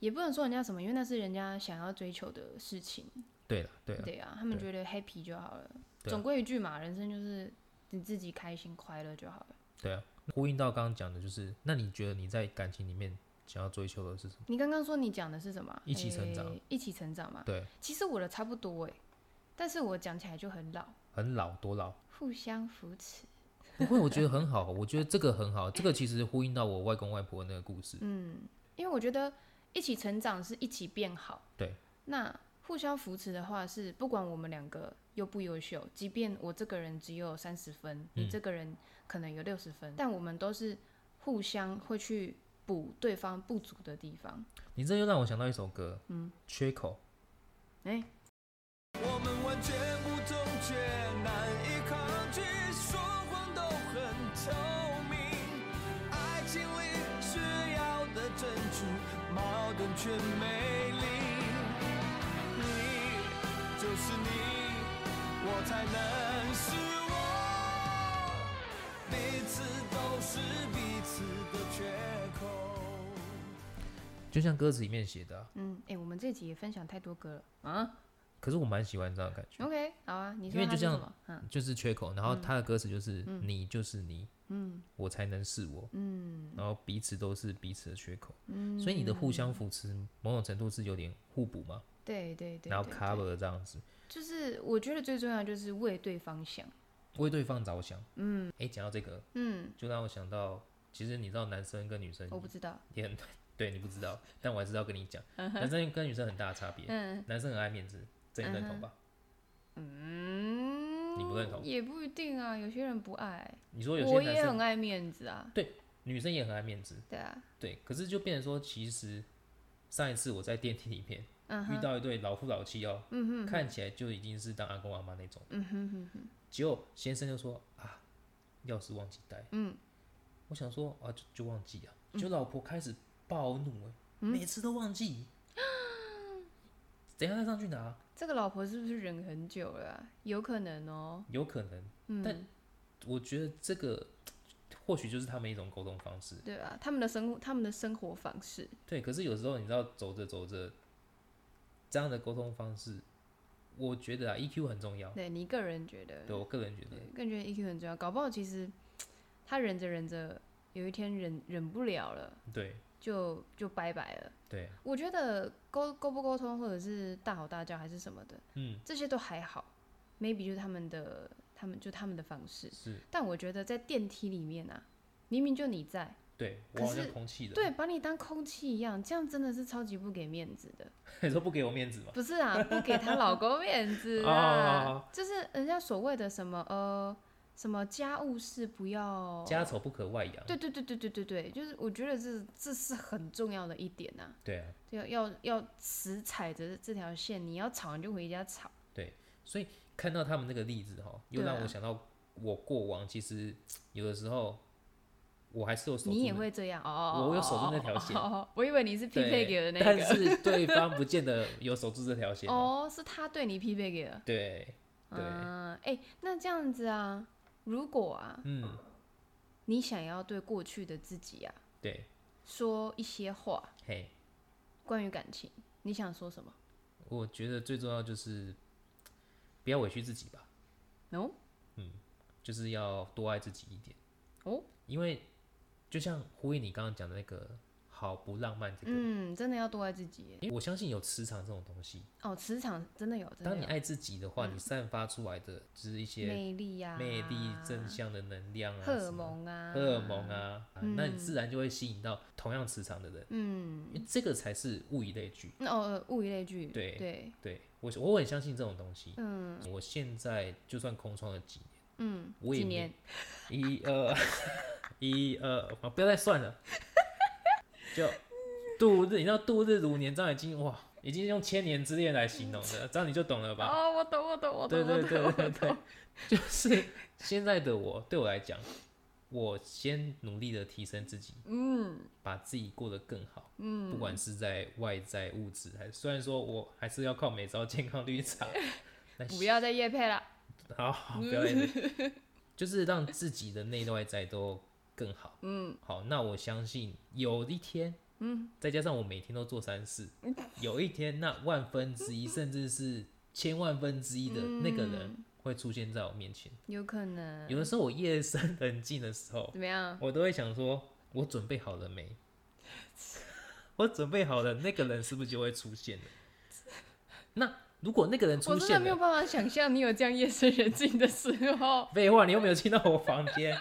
S2: 也不能说人家什么，因为那是人家想要追求的事情。
S1: 对了，对了，
S2: 对啊，他们
S1: 对
S2: 觉得 happy 就好了。
S1: 对啊
S2: 总归一句嘛，人生就是你自己开心快乐就好了。
S1: 对啊。呼应到刚刚讲的，就是那你觉得你在感情里面想要追求的是什么？
S2: 你刚刚说你讲的是什么啊？
S1: 一起成长
S2: 诶一起成长嘛。
S1: 对，
S2: 其实我的差不多哎、但是我讲起来就很老，
S1: 很老多老，
S2: 互相扶持。
S1: 不会，我觉得很好，我觉得这个很好，这个其实呼应到我外公外婆那个故事，
S2: 嗯，因为我觉得一起成长是一起变好。
S1: 对。
S2: 那互相扶持的话是，不管我们两个优不优秀，即便我这个人只有三十分，
S1: 嗯
S2: 你这个人可能有六十分，但我们都是互相会去补对方不足的地方。
S1: 你这就让我想到一首歌，嗯，缺口，
S2: 哎、
S4: 我们完全不同，却难以抗拒，说谎都很透明。爱情里需要的珍珠，矛盾却美丽。你就是你，我才能是我，彼此都是彼此的缺口。
S1: 就像歌词里面写的啊、
S2: 嗯，哎、我们这集也分享太多歌了啊。
S1: 可是我蛮喜欢这样的感觉。
S2: OK，好啊，你
S1: 因
S2: 说
S1: 为
S2: 它
S1: 就是像
S2: 什么？嗯
S1: 就是缺口，然后他的歌词就是、你就是你，嗯，我才能是我，嗯，然后彼此都是彼此的缺口，嗯，所以你的互相扶持某种程度是有点互补嘛，
S2: 对对对，
S1: 然后
S2: 对
S1: cover 这样子，
S2: 就是我觉得最重要的就是为对方想。
S1: 为对方着想，嗯，哎，讲到这个，
S2: 嗯，
S1: 就让我想到，其实你知道男生跟女生
S2: 我不知道。
S1: 也
S2: 嗯
S1: 很对你不知道，但我还是要跟你讲，男生跟女生很大的差别，男生很爱面子，这你认同吧？
S2: 嗯，
S1: 你不认同
S2: 也不一定啊，有些人不爱，
S1: 你说有
S2: 我
S1: 些男
S2: 也
S1: 生
S2: 很爱面子啊，
S1: 女生也很爱面子，
S2: 对啊，
S1: 对，可是就变成说，其实上一次我在电梯里面
S2: 嗯
S1: 遇
S2: 哼，
S1: 到一对老夫老妻哦，看起来就已经是当阿公阿妈那种，
S2: 嗯哼哼哼，
S1: 结果先生就说啊，钥匙忘记带，
S2: 嗯，
S1: 我想说啊，就就忘记啊，就老婆开始暴怒哎、
S2: 嗯
S1: 每次都忘 记，等一下再上去拿，
S2: 这个老婆是不是忍很久了啊、有可能哦，
S1: 有可能，但
S2: 嗯，
S1: 我觉得这个或许就是他们一种沟通方式，
S2: 对啊，他们的生活，他们的生活方式，
S1: 对，可是有时候你知道，走着走着，这样的沟通方式，我觉得啊，EQ 很重要。
S2: 对你个人觉得，
S1: 对我个人觉得
S2: 对，，个人觉得 EQ 很重要，搞不好其实他忍着忍着，有一天忍忍不了了，
S1: 对
S2: 就就拜拜了。
S1: 对，啊
S2: 我觉得沟沟不沟通，或者是大吼大叫还是什么的，
S1: 嗯，
S2: 这些都还好，maybe 就是他们的，他们就他们的方式。
S1: 是，
S2: 但我觉得在电梯里面啊，明明就你在，
S1: 对我
S2: 可
S1: 好像
S2: 是
S1: 空气的，
S2: 对，把你当空气一样，这样真的是超级不给面子的。
S1: 你说不给我面子嘛？
S2: 不是啊，不给她老公面子
S1: 哦哦
S2: 啊，就是人家所谓的什么呃什么家务事不要
S1: 家丑不可外扬，
S2: 对对对对对对对，就是我觉得这这是很重要的一点呐、啊，
S1: 对啊，
S2: 对，要要死踩着这条线，你要吵你就回家吵，
S1: 所以看到他们那个例子哈，又
S2: 对
S1: 让
S2: 啊
S1: 我想到我过往其实有的时候我还是有守住
S2: 你也
S1: 那
S2: 会这样哦。
S1: 我有守住那条线
S2: 哦哦哦哦我以为你是匹配
S1: 对
S2: 给的那
S1: 但
S2: 个，
S1: 是对方不见得有守住这条线哦，
S2: 哦，是他对你匹配给的，
S1: 对对，
S2: 嗯，哎、那这样子啊，如果啊，
S1: 嗯，
S2: 你想要对过去的自己啊
S1: 对，
S2: 说一些话，
S1: 嘿，
S2: 关于感情，你想说什么？
S1: 我觉得最重要就是不要委屈自己吧，
S2: 哦
S1: 就是要多爱自己一点。
S2: 哦，
S1: 因为就像呼应你刚刚讲的那个“好不浪漫”这个，
S2: 嗯，真的要多爱自己耶。
S1: 因为我相信有磁场这种东西。
S2: 哦，磁场真的有，真的
S1: 当你
S2: 有
S1: 爱自己的话，你散发出来的就是一些
S2: 啊嗯魅力呀、
S1: 魅力、正向的能量啊，
S2: 荷
S1: 什
S2: 尔
S1: 么
S2: 蒙嗯啊，
S1: 荷尔蒙，啊，啊那你自然就会吸引到同样磁场的人。
S2: 嗯，
S1: 因为这个才是物以类聚。
S2: 那哦，物以类聚，
S1: 对
S2: 对，
S1: 对我，我很相信这种东西。
S2: 嗯
S1: 我现在就算空窗了几年，
S2: 嗯，
S1: 我也
S2: 几
S1: 没
S2: 年，
S1: 一二一二，啊不要再算了，就度日，你知道度日如年，这样已经哇，已经用千年之恋来形容了，这样你就懂了吧？
S2: 哦，我懂，我懂，我懂，
S1: 对对
S2: 我懂，
S1: 对对
S2: 我懂，
S1: 对， 就是现在的我，对我来讲，我先努力的提升自己，
S2: 嗯
S1: 把自己过得更好，
S2: 嗯，
S1: 不管是在外在物质，还虽然说我还是要靠每招健康绿茶，但
S2: 不要再夜配了，
S1: 好好，不要在这里 就是让自己的内外在都更好。嗯，好，那我相信有一天，嗯，再加上我每天都做三事，有一天那万分之一甚至是千万分之一的那个
S2: 嗯
S1: 人会出现在我面前。
S2: 有可能
S1: 有的时候我夜深人静的时候，
S2: 怎么样？
S1: 我都会想说，我准备好了没？ 我准备好了，那个人是不是就会出现了？ 那如果那个人
S2: 我
S1: 出
S2: 真的
S1: 现
S2: 没有
S1: 了，
S2: 办法想象你有这样夜深人静的时候，
S1: 废话，你又没有进到我房间。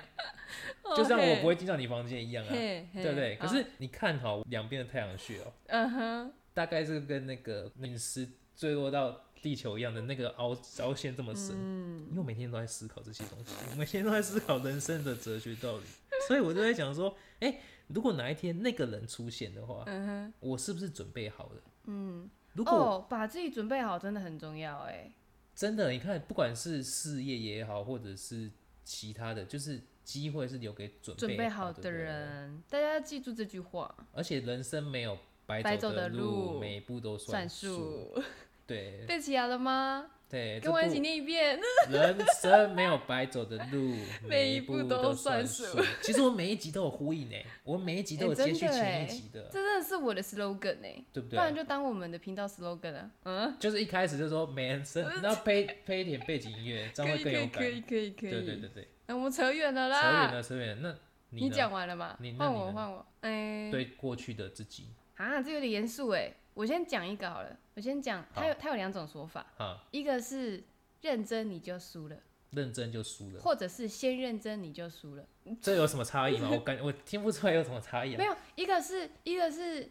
S1: 就像我不会
S2: 会，
S1: 进到你房间一样啊，
S2: 哦嘿嘿
S1: 对不对？可
S2: 好
S1: 是你看好两边的太阳穴哦，
S2: 嗯哼，
S1: 大概是跟那个陨石坠落到地球一样的那个凹凹陷这么深。
S2: 嗯
S1: 因为我每天都在思考这些东西，我每天都在思考人生的哲学道理，所以我就在想说，哎、如果哪一天那个人出现的
S2: 嗯
S1: 话，我是不是准备好了？嗯，如果
S2: 哦，把自己准备好真的很重要，哎，
S1: 真的，你看，不管是事业也好，或者是其他的，就是机会是留给准
S2: 准备
S1: 备
S2: 好
S1: 的
S2: 的人，大家要记住这句话，
S1: 而且人生没有白
S2: 白
S1: 走
S2: 走的
S1: 路，
S2: 路
S1: 每一步都
S2: 算
S1: 数。
S2: 数，
S1: 对
S2: 背起来了吗？
S1: 对，
S2: 跟我
S1: 哎这
S2: 一起
S1: 不
S2: 念一遍。
S1: 人生没有白走的路，
S2: 每
S1: 一
S2: 一
S1: 步
S2: 步都
S1: 算
S2: 算
S1: 数
S2: 数。
S1: 其实我每一集都有呼应诶，我每一集都有
S2: 诶哎真
S1: 接续
S2: 的
S1: 前一
S2: 诶
S1: 集的，
S2: 这欸真的是我的 slogan 哎、
S1: 对不
S2: 不然
S1: 对？
S2: 就当我们的频道 slogan 啊，嗯，
S1: 就是一开始就说每人生，然后配配一点背景音 乐，这
S2: 可
S1: 样会
S2: 以可
S1: 更有
S2: 以
S1: 感
S2: 可。以可以可以，
S1: 对对对对，
S2: 那我们扯远了
S1: 扯
S2: 啦，
S1: 远了扯远了。那你
S2: 你
S1: 呢
S2: 讲完了吗
S1: 你？那
S2: 换
S1: 你
S2: 我
S1: 呢
S2: 换我，哎、
S1: 对过去的自己
S2: 啊，这有点严肃哎，我先讲一个好了，我先讲，它有
S1: 好
S2: 它有两种说法，
S1: 啊，
S2: 一个是认真你就输了，
S1: 认真就输 了，
S2: 或者是先认真你就输了，
S1: 这有什么差异吗？我感 我听不出来有什么差异
S2: 没
S1: 啊。
S2: 有，一个是一个是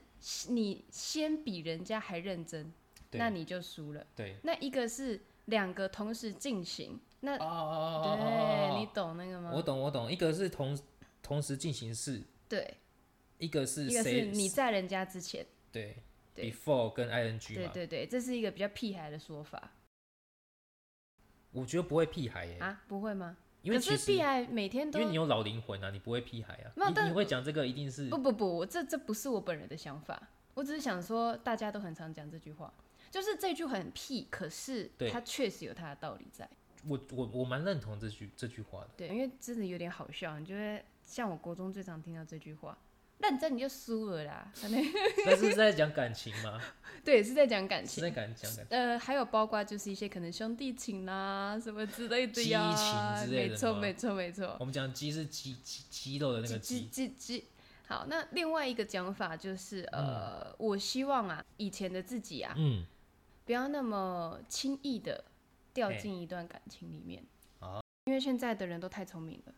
S2: 你先比人家还认真，
S1: 对
S2: 那你就输了。
S1: 对，
S2: 那一个是两个同时进行，那、
S1: 哦哦哦
S2: 对你
S1: 哦
S2: 懂那个吗？
S1: 哦，我懂我懂，一个是同同时进行式，
S2: 对，
S1: 一个是
S2: 一个是
S1: 谁
S2: 你在人家之前，
S1: 对
S2: 对
S1: before 跟 ing
S2: 对
S1: 嘛，
S2: 对对，这是一个比较屁孩的说法
S1: 我觉得不会屁孩耶，
S2: 啊，不会吗？
S1: 因为
S2: 可
S1: 其
S2: 是
S1: 实
S2: 屁孩每天
S1: 因
S2: 都
S1: 为你有老灵魂啊，你不会屁孩啊，
S2: 没有
S1: 你
S2: 但
S1: 你会讲这个一定是
S2: 不不不，我这这不是我本人的想法，我只是想说，大家都很常讲这句话，就是这句很屁，可是
S1: 对
S2: 它确实有它的道理在。
S1: 我我我蛮认同这句这句话的，
S2: 对，因为真的有点好笑，你就会像我国中最常听到这句话，认真你就输了啦。反正
S1: 但是在讲感情吗？
S2: 对，是在讲感
S1: 是在
S2: 情。
S1: 感讲感
S2: 呃，还有包括就是一些可能兄弟情啦、什么之类的
S1: 激
S2: 呀，
S1: 情之类
S2: 没
S1: 的
S2: 错，
S1: 吗
S2: 没错，没错。
S1: 我们讲鸡是鸡鸡鸡肉的那个
S2: 叽
S1: 鸡，
S2: 叽叽。好，那另外一个讲法就是，呃，我希望啊，以前的自己啊，
S1: 嗯，
S2: 不要那么轻易的掉
S1: 嘿
S2: 进一段感情里面
S1: 哦
S2: 因为现在的人都太聪明了，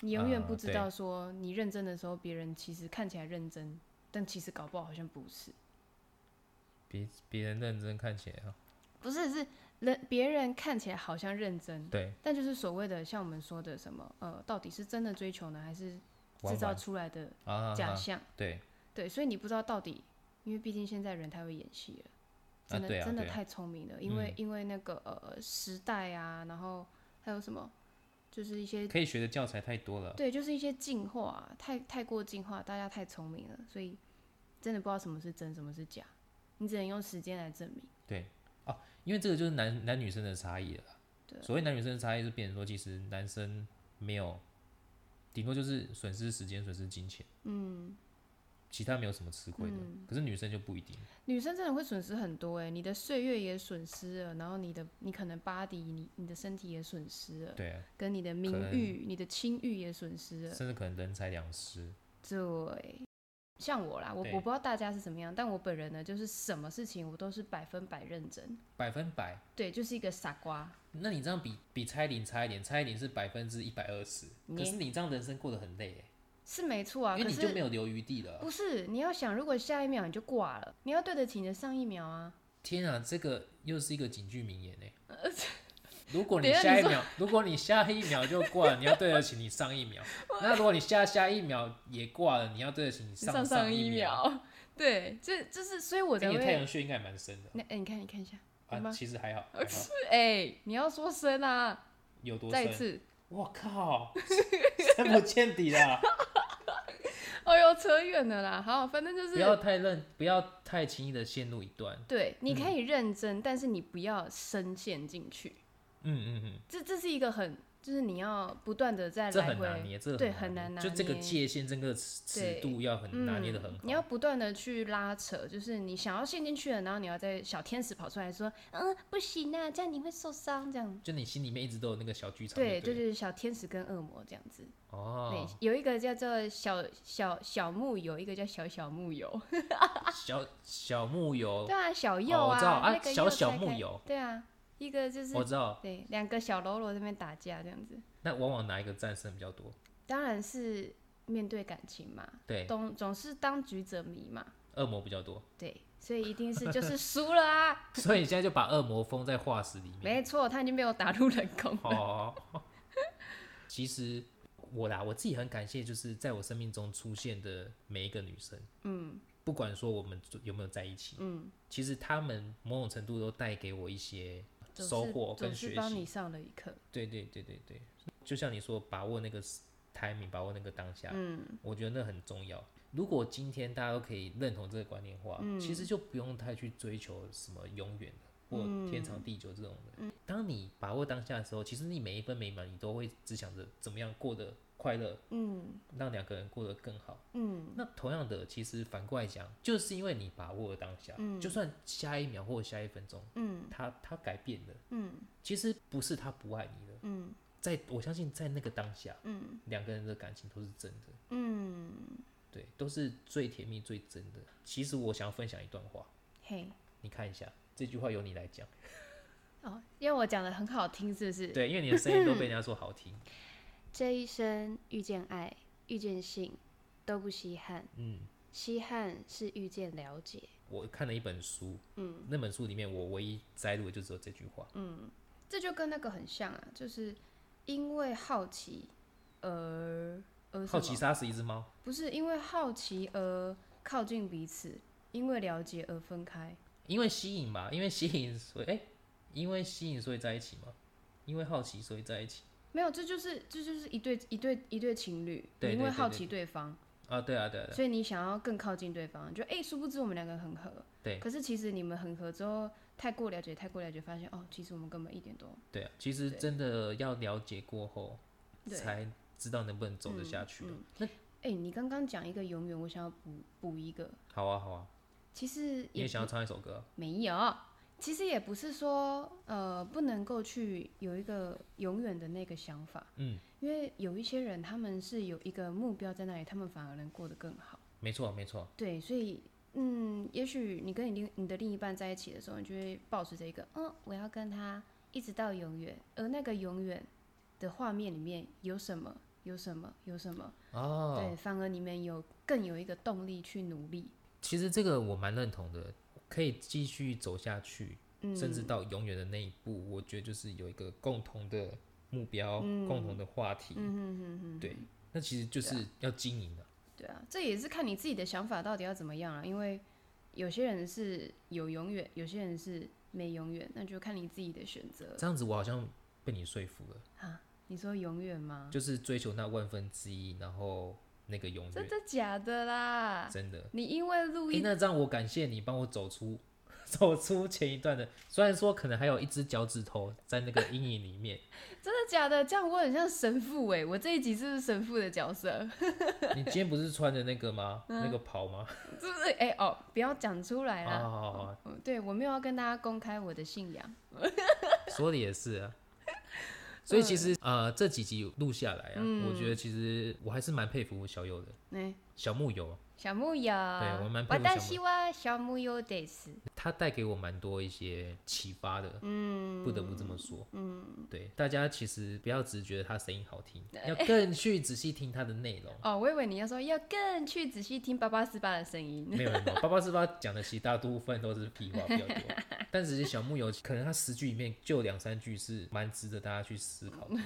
S2: 你永远
S1: 啊
S2: 不知
S1: 对
S2: 道说你认真的时候，别人其实看起来认真，但其实搞不好好像不是，
S1: 别别人认真看起来啊，
S2: 不是是人别人看起来好像认真，
S1: 对，
S2: 但就是所谓的像我们说的什么呃，到底是真的追求呢，还是制
S1: 玩
S2: 造
S1: 玩
S2: 出来的
S1: 啊啊，
S2: 假
S1: 啊
S2: 象？
S1: 对，
S2: 对，所以你不知道到底，因为毕竟现在人太会演戏了，真的、
S1: 对啊
S2: 真的
S1: 对啊
S2: 太聪明了，因为、
S1: 嗯
S2: 因为那个呃时代啊，然后还有什么，就是一些
S1: 可以学的教材太多了，
S2: 对，就是一些进化啊、太太过进化，大家太聪明了，所以真的不知道什么是真，什么是假，你只能用时间来证明。
S1: 哦因为这个就是男男女生的差异了啦。
S2: 对
S1: 所谓男女生的差异，就变成说，其实男生没有，顶多就是损失时间、损失金钱，嗯，其他没有什么吃亏的。
S2: 嗯
S1: 可是女生就不一定，
S2: 女生真的会损失很多哎、你的岁月也损失了，然后你的你可能 body，你你的身体也损失了，
S1: 对啊，
S2: 跟你的
S1: 可
S2: 名
S1: 能
S2: 誉、你的清誉也损失了，
S1: 甚至可能人财两失。
S2: 对，像我啦，我
S1: 对
S2: 我不知道大家是怎么样，但我本人呢，就是什么事情我都是百分百认真，
S1: 百分百。
S2: 对，就是一个傻瓜。
S1: 那你这样比比蔡依林差一点，蔡依林是百分之一百二十，
S2: 你
S1: 可是你这样人生过得很累耶、
S2: 是没错啊，
S1: 因
S2: 可
S1: 为你就没
S2: 是
S1: 有留余地了啊。
S2: 不是你要想，如果下一秒你就挂了，你要对得起你的上一秒啊。
S1: 天啊，这个又是一个警句名言哎、 如果你
S2: 等一下
S1: 下
S2: 你
S1: 一秒，如果你下一秒就挂了，你要对得起你上一秒； 那如果你下下一秒也挂了，你要对得起你上
S2: 上
S1: 上
S2: 一
S1: 秒。，
S2: 对，这这是所以我才
S1: 哎你的太
S2: 会。
S1: 阳穴应该蛮深的
S2: 那哎、你看，你看一下，有
S1: 啊，
S2: 吗
S1: 其实还 好，还好
S2: 哎、你要说深啊，
S1: 有多
S2: 再一
S1: 深？
S2: 次，
S1: 我靠， 深不见底啦！
S2: 哦呦，扯远了啦。好，反正就
S1: 不要嗯
S2: 是，
S1: 太认，不要太轻易的陷入一段。
S2: 对，你可以认真，但是你不要深陷进去。
S1: 嗯嗯嗯。
S2: 这这是一个很，就是你要不断的在
S1: 这
S2: 来
S1: 很
S2: 回
S1: 拿捏，这
S2: 对
S1: 很
S2: 很难拿
S1: 就这个
S2: 捏
S1: 界限，这个尺尺
S2: 对
S1: 度要很拿捏的很好。
S2: 嗯你要不断的去拉扯，就是你想要陷进去了，然后你要在小天使跑出来说，嗯，不行啊，这样你会受伤，这样。
S1: 就你心里面一直都有那个小剧场就
S2: 对，
S1: 对，
S2: 就是小天使跟恶魔这样子。对
S1: 哦，，
S2: 有一个叫做小小小木有一个叫小小木有。
S1: 小小木有
S2: 对，啊，小右
S1: 哦
S2: 啊，
S1: 我知道啊
S2: 那个
S1: 小
S2: 右
S1: 小
S2: 拆
S1: 木
S2: 开
S1: 有。
S2: 对啊，一个就是
S1: 我知道。
S2: 对两个小喽啰在那边打架这样子，
S1: 那往往哪一个战胜比较多？
S2: 当然是面对感情嘛，
S1: 对，
S2: 总总是当局者迷嘛，
S1: 恶魔比较多，
S2: 对，所以一定是就是输了啊。
S1: 所以你现在就把恶魔封在化石里面。
S2: 没错，他已经被我打入冷宫了。
S1: 哦， 其实我啦，我自己很感谢，就是在我生命中出现的每一个女生，嗯，不管说我们有没有在一起，嗯，其实她们某种程度都带给我一些
S2: 总是
S1: 收获跟
S2: 总是
S1: 学
S2: 帮你
S1: 习。
S2: 上了一课。
S1: 对对对对对，就像你说，把握那个 timing，把握那个当下，嗯，我觉得那很重要。如果今天大家都可以认同这个观念的话，其实就不用太去追求什么永远的或天长地久这种的。当你把握当下的时候，其实你每一分每一秒你都会只想着怎么样过得快乐，
S2: 嗯
S1: 让两个人过得更好。
S2: 嗯，
S1: 那同样的，其实反过来讲，就是因为你把握了当下，就算下一秒或下一分钟，
S2: 嗯，
S1: 他他改变了，嗯，其实不是他不爱你了，嗯，在我相信在那个当下，嗯，两个人的感情都是真的，嗯，对，都是最甜蜜最真的。其实我想要分享一段话，
S2: 嘿，
S1: 你看一下，这句话由你来讲，
S2: 哦，因为我讲的很好听，是不是？
S1: 对，因为你的声音都被人家说好听，
S2: 这一生遇见爱，遇见性，都不稀罕。
S1: 嗯，
S2: 稀罕是遇见了解，
S1: 我看了一本书，嗯，那本书里面我唯一摘录的就只有这句话，
S2: 这就跟那个很像啊，就是因为好奇而而
S1: 好
S2: 什
S1: 奇
S2: 么
S1: 杀死一只猫，
S2: 不是因为好奇而靠近彼此，因为了解而分开。
S1: 因为吸引嘛，因为吸引，所以哎、因为吸引所以在一起嘛，因为好奇所以在一起
S2: 没有，这就是这就是一对一对一对情侣，
S1: 对
S2: 你因
S1: 对对
S2: 为好
S1: 对
S2: 奇对方，
S1: 啊，对啊，对啊，对啊
S2: 所以你想要更靠近对方，就哎、殊不知我们两个很合。
S1: 对
S2: 可是其实你们很合之后，太过了解，太过了解，发现哦，其实我们根本一点都
S1: 对啊，其实
S2: 对
S1: 真的要了解过后
S2: 对
S1: 才知道能不能走得下去、啊那
S2: 哎、你刚刚讲一个永远，我想要补补一个，
S1: 好啊，好啊，
S2: 其实
S1: 你
S2: 也
S1: 也想要唱一首歌啊、
S2: 没有，其实也不是说呃不能够去有一个永远的那个想法，
S1: 嗯，
S2: 因为有一些人他们是有一个目标在那里，他们反而能过得更好。
S1: 没错，没错，
S2: 对，所以嗯，也许你跟你另你的另一半在一起的时候，你就会抱持着一个嗯，我要跟他一直到永远，而那个永远的画面里面有什么？有什么？有什么？
S1: 哦，
S2: 对，反而你们有更有一个动力去努力。
S1: 其实这个我蛮认同的，可以继续走下去，
S2: 嗯，
S1: 甚至到永远的那一步，我觉得就是有一个共同的目标、共同的话题。
S2: 嗯啊哼哼哼，
S1: 对，那其实就是要经营的、
S2: 对啊，这也是看你自己的想法到底要怎么样啊。因为有些人是有永远，有些人是没永远，那就看你自己的选择。啊
S1: 这样子我好像被你说服了，
S2: 你说永远吗？
S1: 就是追求那万分之一，然后那个永远，
S2: 真的假的啦？
S1: 真的。
S2: 你因为录
S1: 诶
S2: 音
S1: 那这样我感谢你帮我走出 走出前一段的，虽然说可能还有一只脚趾头在那个阴影里面，
S2: 真的假的？这样我很像神父哎、我这一集是不是神父的角色？
S1: 你今天不是穿的那个吗？
S2: 嗯
S1: 那个袍吗？
S2: 是不是？哎、哦，不要讲出来
S1: 啊，
S2: 啦。
S1: 好好好，
S2: 嗯，对，我没有要跟大家公开我的信仰。
S1: 说的也是啊。所以其实呃，这几集录下来啊，我觉得其实我还是蛮佩服小友的，
S2: 哎、
S1: 小木友，
S2: 小木友，
S1: 对我蛮佩服
S2: 我
S1: 小木
S2: 但希望小木友得死。。
S1: 他带给我蛮多一些启发的，嗯，不得不这么说，嗯，对，大家其实不要只觉得他声音好听，要更去仔细听他的内容
S2: 哦，我以为你要说要更去仔细听八八四八的声音。
S1: 没有没有，八八四八讲的其实大部分都是屁话比较多， 但只是小木友可能他十句里面就两三句是蛮值得大家去思考的，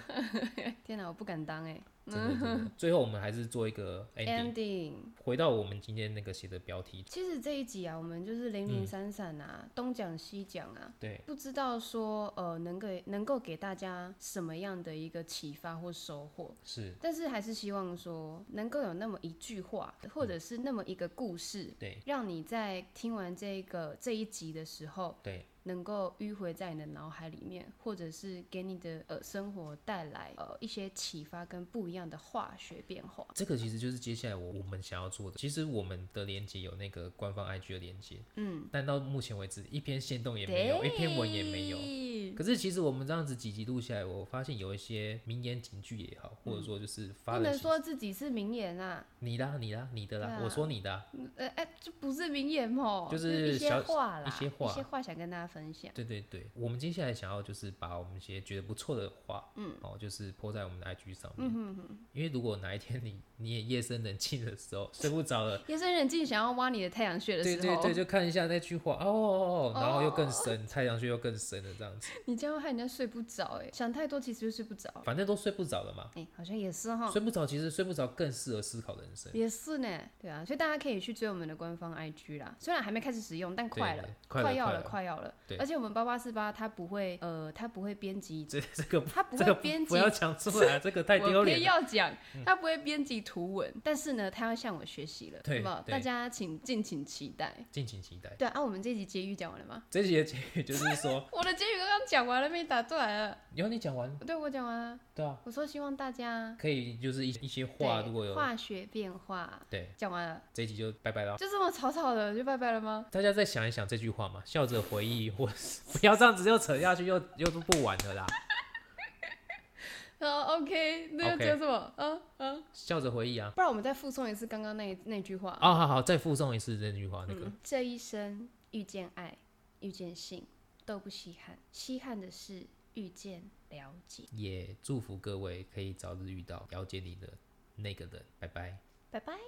S2: 天哪，我不敢当哎、
S1: 真的真 的。最后我们还是做一个 ending，
S2: Ending，
S1: 回到我们今天那个写的标题，
S2: 其实这一集啊，我们就是零零散散啊，东讲西讲啊，
S1: 对，
S2: 不知道说呃能给能够给大家什么样的一个启发或收获，
S1: 是，
S2: 但是还是希望说能够有那么一句话，或者是那么一个故事，
S1: 对
S2: 让你在听完这个这一集的时候，
S1: 对，
S2: 能够迂回在你的脑海里面，或者是给你的呃生活带来呃一些启发跟不一样的化学变化。
S1: 这个其实就是接下来我我们想要做的。其实我们的连接有那个官方 IG 的连接，嗯，但到目前为止一篇线动也没有，一篇文也没有。
S2: 有。
S1: 可是其实我们这样子几集录下来，我发现有一些名言警句也好，或者说就是发
S2: 不
S1: 人
S2: 能
S1: 深
S2: 说自己是名言啊，
S1: 你啦、你啦、你的啦，
S2: 对啊
S1: 我说你的啊、
S2: 呃，哎、这不是名言哦，
S1: 就是是
S2: 一些
S1: 小
S2: 话啦，
S1: 一些话
S2: 一些话想跟大家分享。
S1: 对对对，我们接下来想要就是把我们一些觉得不错的话，嗯，哦，就是 po 在我们的 IG 上面，嗯因为如果哪一天你你也夜深人静的时候睡不着 了，
S2: 夜深人静想要挖你的太阳穴的时
S1: 对
S2: 候，
S1: 对对，就看一下那句话哦哦，哦，然后又更
S2: 哦
S1: 深，太阳穴又更深了这样子，
S2: 你这样会害人家睡不着哎、想太多其实就睡不着。
S1: 反正都睡不着了嘛，
S2: 哎、好像也是哈，
S1: 睡不着其实睡不着更适合思考人生，
S2: 也是呢，对啊，所以大家可以去追我们的官方 IG 啦，虽然还没开始使用，但快
S1: 对
S2: 了，
S1: 快了
S2: 要
S1: 快
S2: 了，
S1: 了
S2: 快要了
S1: 对。
S2: 而且我们八八四八它不会，呃，它不会编辑，
S1: 这这个
S2: 它不
S1: 这
S2: 会
S1: 个
S2: 编
S1: 不不。
S2: 辑
S1: 要讲 出来，啊这个太
S2: 我
S1: 丢脸
S2: 偏
S1: 了。嗯
S2: 要讲，它不会编辑图文，但是呢，它要向我学习了，
S1: 对
S2: 好不好？
S1: 对
S2: 大家请敬请期待。
S1: 敬请期待。
S2: 对啊，啊我们这集结语讲完了吗？
S1: 这集的结语 就是 说，
S2: 我的结语刚刚讲完了，被你打断了。
S1: 然后你讲完，
S2: 对，我讲完了。
S1: 对啊，
S2: 我说希望大家
S1: 可以就是一一些话，如果
S2: 对
S1: 有
S2: 化学变化，
S1: 对，
S2: 讲完了，
S1: 这一集就拜拜了。
S2: 就这么草草的就拜拜了吗？
S1: 大家再想一想这句话嘛，笑着回忆，或是 不要这样子又扯下去，又又不玩了啦。
S2: 好，OK，那要呃
S1: OK
S2: 讲什么？嗯嗯，
S1: 笑着回忆啊，
S2: 不然我们再附送一次刚刚那那句话。
S1: 哦，好好，再附送一次这句话，那个
S2: 嗯，这一生遇见爱，遇见性，都不稀罕，稀罕的是遇见了解。
S1: 也祝福各位可以早日遇到了解你的那个人，拜拜。
S2: 拜拜。